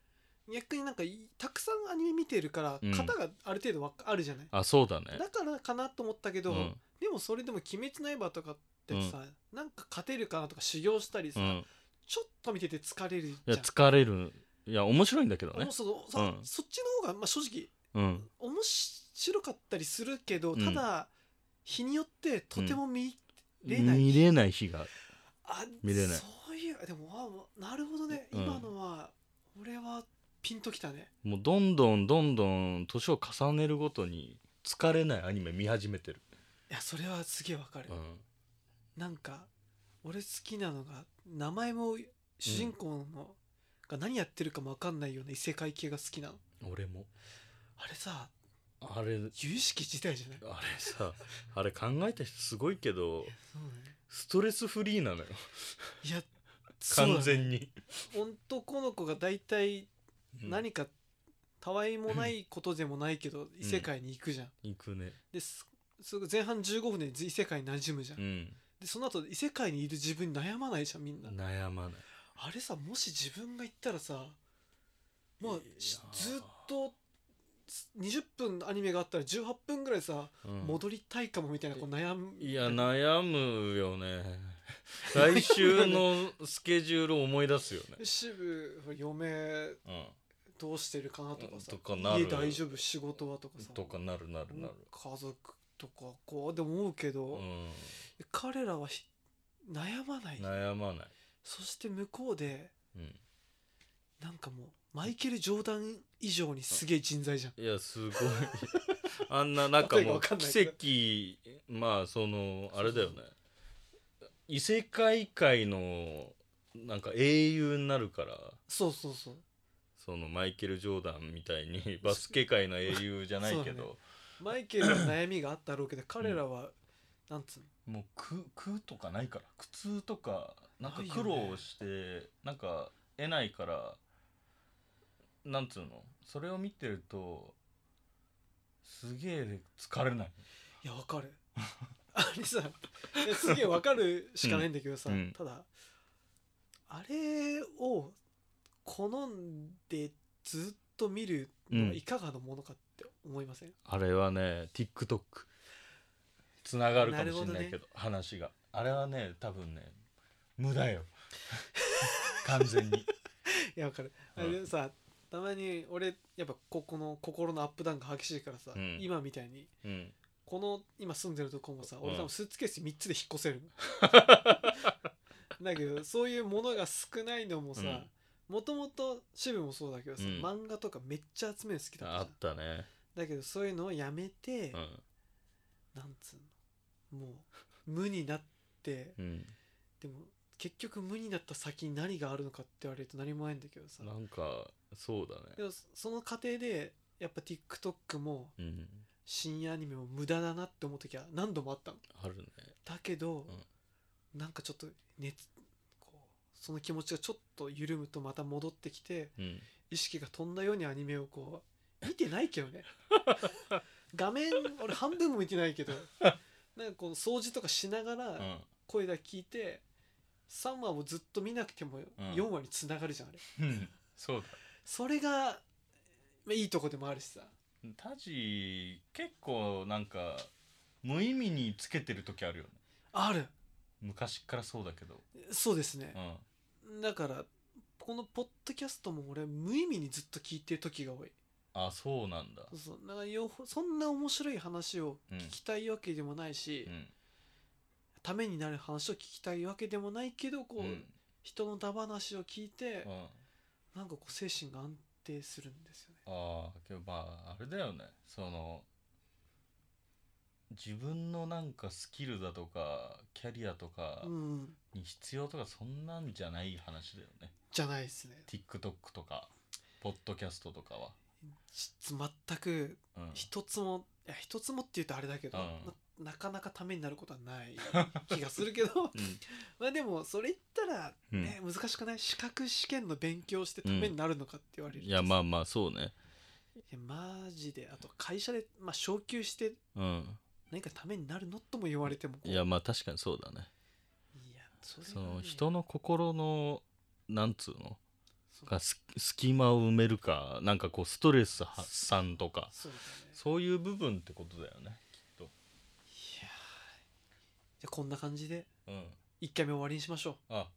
[SPEAKER 1] 逆になんかいたくさんアニメ見てるから
[SPEAKER 2] うん
[SPEAKER 1] 型がある程度わかあるじゃない、
[SPEAKER 2] あそうだね
[SPEAKER 1] だからかなと思ったけど、
[SPEAKER 2] うん
[SPEAKER 1] でもそれでも「鬼滅の刃」とかってさ、なんか勝てるかなとか修行したりさ、
[SPEAKER 2] うん、
[SPEAKER 1] ちょっと見てて疲れる
[SPEAKER 2] い
[SPEAKER 1] じゃ
[SPEAKER 2] や
[SPEAKER 1] ん。
[SPEAKER 2] 疲れるいや面白いんだけどね
[SPEAKER 1] もうそのさ
[SPEAKER 2] うん
[SPEAKER 1] そっちの方が、まあ、正直
[SPEAKER 2] うん
[SPEAKER 1] 面白かったりするけど、
[SPEAKER 2] うん
[SPEAKER 1] ただ日によってとても見れない、
[SPEAKER 2] 見れない日が
[SPEAKER 1] あ
[SPEAKER 2] 見れない
[SPEAKER 1] そういうでもあなるほどね、
[SPEAKER 2] うん
[SPEAKER 1] 今のは俺はピンときたね
[SPEAKER 2] もうどんどんどんどん年を重ねるごとに疲れないアニメ見始めてる、
[SPEAKER 1] いやそれはすげえわかる、
[SPEAKER 2] うん
[SPEAKER 1] なんか俺好きなのが名前も主人公のが何やってるかもわかんないような異世界系が好きなの
[SPEAKER 2] 俺も
[SPEAKER 1] あれさ
[SPEAKER 2] あれ
[SPEAKER 1] 由々しき事態じゃない
[SPEAKER 2] あれさ あれ考えた人すごいけど
[SPEAKER 1] そうね
[SPEAKER 2] ストレスフリーなのよ
[SPEAKER 1] いやそうだね
[SPEAKER 2] 完全に
[SPEAKER 1] 男の子が大体
[SPEAKER 2] うん
[SPEAKER 1] 何かたわいもないことでもないけど異世界に行くじゃん、
[SPEAKER 2] 行くね
[SPEAKER 1] ですすぐ前半15分で異世界に馴染むじゃん、
[SPEAKER 2] うん
[SPEAKER 1] でその後異世界にいる自分に悩まないじゃんみんな、
[SPEAKER 2] 悩まない
[SPEAKER 1] あれさもし自分が行ったらさまあ
[SPEAKER 2] いやー
[SPEAKER 1] しずっとす20分アニメがあったら18分ぐらいさ、
[SPEAKER 2] うん
[SPEAKER 1] 戻りたいかもみたいなこう悩み
[SPEAKER 2] いや悩むよね 来週のスケジュールを思い出すよね
[SPEAKER 1] 渋嫁
[SPEAKER 2] う
[SPEAKER 1] どうしてるかなとかさ
[SPEAKER 2] とかなる
[SPEAKER 1] 家大丈夫仕事はとかさ
[SPEAKER 2] んとかなるなるなる
[SPEAKER 1] 家族とかこうでも思うけど、
[SPEAKER 2] うん
[SPEAKER 1] 彼らはひ悩まない
[SPEAKER 2] 悩まない
[SPEAKER 1] そして向こうで
[SPEAKER 2] うん
[SPEAKER 1] なんかもうマイケル・ジョーダン以上にすげえ人材じゃん
[SPEAKER 2] いやすごいあんななんか
[SPEAKER 1] 例えば
[SPEAKER 2] も
[SPEAKER 1] わ
[SPEAKER 2] う
[SPEAKER 1] かんない
[SPEAKER 2] 奇跡まあそのあれだよね異世界界のなんか英雄になるから
[SPEAKER 1] そうそうそう
[SPEAKER 2] そのマイケル・ジョーダンみたい にバスケ界の英雄じゃないけ
[SPEAKER 1] そう
[SPEAKER 2] ど、
[SPEAKER 1] マイケルの悩みがあったろうけど彼らは、なんつうの
[SPEAKER 2] もう苦苦とかないから苦痛とかなんか
[SPEAKER 1] ないよね
[SPEAKER 2] 苦労して、なんか得ないからなんつうのそれを見てるとすげえ疲れない、
[SPEAKER 1] いやわかるあれさいやすげえわかるしかないんだけどさ、
[SPEAKER 2] うん
[SPEAKER 1] ただあれを好んでずっと見るのはいかがなものかって思いません、
[SPEAKER 2] あれはね TikTok つながるかもしれ
[SPEAKER 1] な
[SPEAKER 2] な
[SPEAKER 1] る
[SPEAKER 2] い
[SPEAKER 1] ほ
[SPEAKER 2] け
[SPEAKER 1] ど
[SPEAKER 2] ど話があれはね多分ね無駄よ 完全に
[SPEAKER 1] いやわかる、
[SPEAKER 2] うん
[SPEAKER 1] あれさたまに俺やっぱここの心のアップダウンが激しいからさ、
[SPEAKER 2] うん
[SPEAKER 1] 今みたいに
[SPEAKER 2] うん
[SPEAKER 1] この今住んでるとこもさ
[SPEAKER 2] うん
[SPEAKER 1] 俺多分スーツケース3つで引っ越せ るのだけどそういうものが少ないのもさ
[SPEAKER 2] うん
[SPEAKER 1] もともと渋もそうだけどさ、
[SPEAKER 2] うん
[SPEAKER 1] 漫画とかめっちゃ集めるの好きだった
[SPEAKER 2] あ
[SPEAKER 1] じゃん
[SPEAKER 2] ったね
[SPEAKER 1] だけどそういうのをやめて、
[SPEAKER 2] う
[SPEAKER 1] なんつうのもう無になって
[SPEAKER 2] んうん
[SPEAKER 1] でも結局無になった先に何があるのかって言われると何もないんだけどさ
[SPEAKER 2] なんかそうだ
[SPEAKER 1] で
[SPEAKER 2] ね
[SPEAKER 1] もその過程でやっぱ TikTok も
[SPEAKER 2] うん
[SPEAKER 1] 深夜アニメも無駄だなって思う時は何度もあったの
[SPEAKER 2] あるね
[SPEAKER 1] だけど、なんかちょっと熱こうその気持ちがちょっと緩むとまた戻ってきて
[SPEAKER 2] うん
[SPEAKER 1] 意識が飛んだようにアニメをこう見てないけど ね画面俺半分も見てないけどなんかこの掃除とかしなが
[SPEAKER 2] う
[SPEAKER 1] ら
[SPEAKER 2] ん
[SPEAKER 1] 声だけ聞いて3話をずっと見なくても
[SPEAKER 2] ん
[SPEAKER 1] 4話につながるじゃんあれ
[SPEAKER 2] うんそう
[SPEAKER 1] それがまあいいとこでもあるしさ
[SPEAKER 2] だタジ結構なんか無意味につけてる時あるよね
[SPEAKER 1] ある
[SPEAKER 2] 昔からそうだけど
[SPEAKER 1] そうですね
[SPEAKER 2] う、ん
[SPEAKER 1] だからこのポッドキャストも俺無意味にずっと聞いてる時が多い
[SPEAKER 2] あそうなんだ
[SPEAKER 1] そうそうなんかよそんな面白い話を聞きたいわけでもないし、
[SPEAKER 2] うん
[SPEAKER 1] ためになる話を聞きたいわけでもないけどこう、
[SPEAKER 2] うん
[SPEAKER 1] 人のだ話を聞いて、
[SPEAKER 2] うん
[SPEAKER 1] なんかこう精神が安定するんですよね
[SPEAKER 2] ああけどまああれだよねその自分のなんかスキルだとかキャリアとか
[SPEAKER 1] うん
[SPEAKER 2] に必要とかそんなんじゃない話だよね、
[SPEAKER 1] じゃないですね
[SPEAKER 2] TikTok とかポッドキャストとかは、
[SPEAKER 1] し全く
[SPEAKER 2] うん、
[SPEAKER 1] 一つもいや一つもって言うとあれだけど、
[SPEAKER 2] う
[SPEAKER 1] ななかなかためになることは ない気がするけどまあでもそれ言ったら、
[SPEAKER 2] うん
[SPEAKER 1] ね難しくない資格試験の勉強してためになるのかって言われると
[SPEAKER 2] いやまあまあそうね
[SPEAKER 1] いやマジであと会社で、まあ、昇給して
[SPEAKER 2] うん
[SPEAKER 1] 何かためになるのとも言われてもこう
[SPEAKER 2] いやまあ確かにそうだね
[SPEAKER 1] いやそれ
[SPEAKER 2] そ
[SPEAKER 1] は
[SPEAKER 2] の
[SPEAKER 1] ね
[SPEAKER 2] 人の心のなんつうの
[SPEAKER 1] そう
[SPEAKER 2] がす隙間を埋めるかなんかこうストレス発散とか
[SPEAKER 1] そうだね
[SPEAKER 2] そういう部分ってことだよね
[SPEAKER 1] いやーじゃあこんな感じで
[SPEAKER 2] うん
[SPEAKER 1] 1回目終わりにしましょう
[SPEAKER 2] あ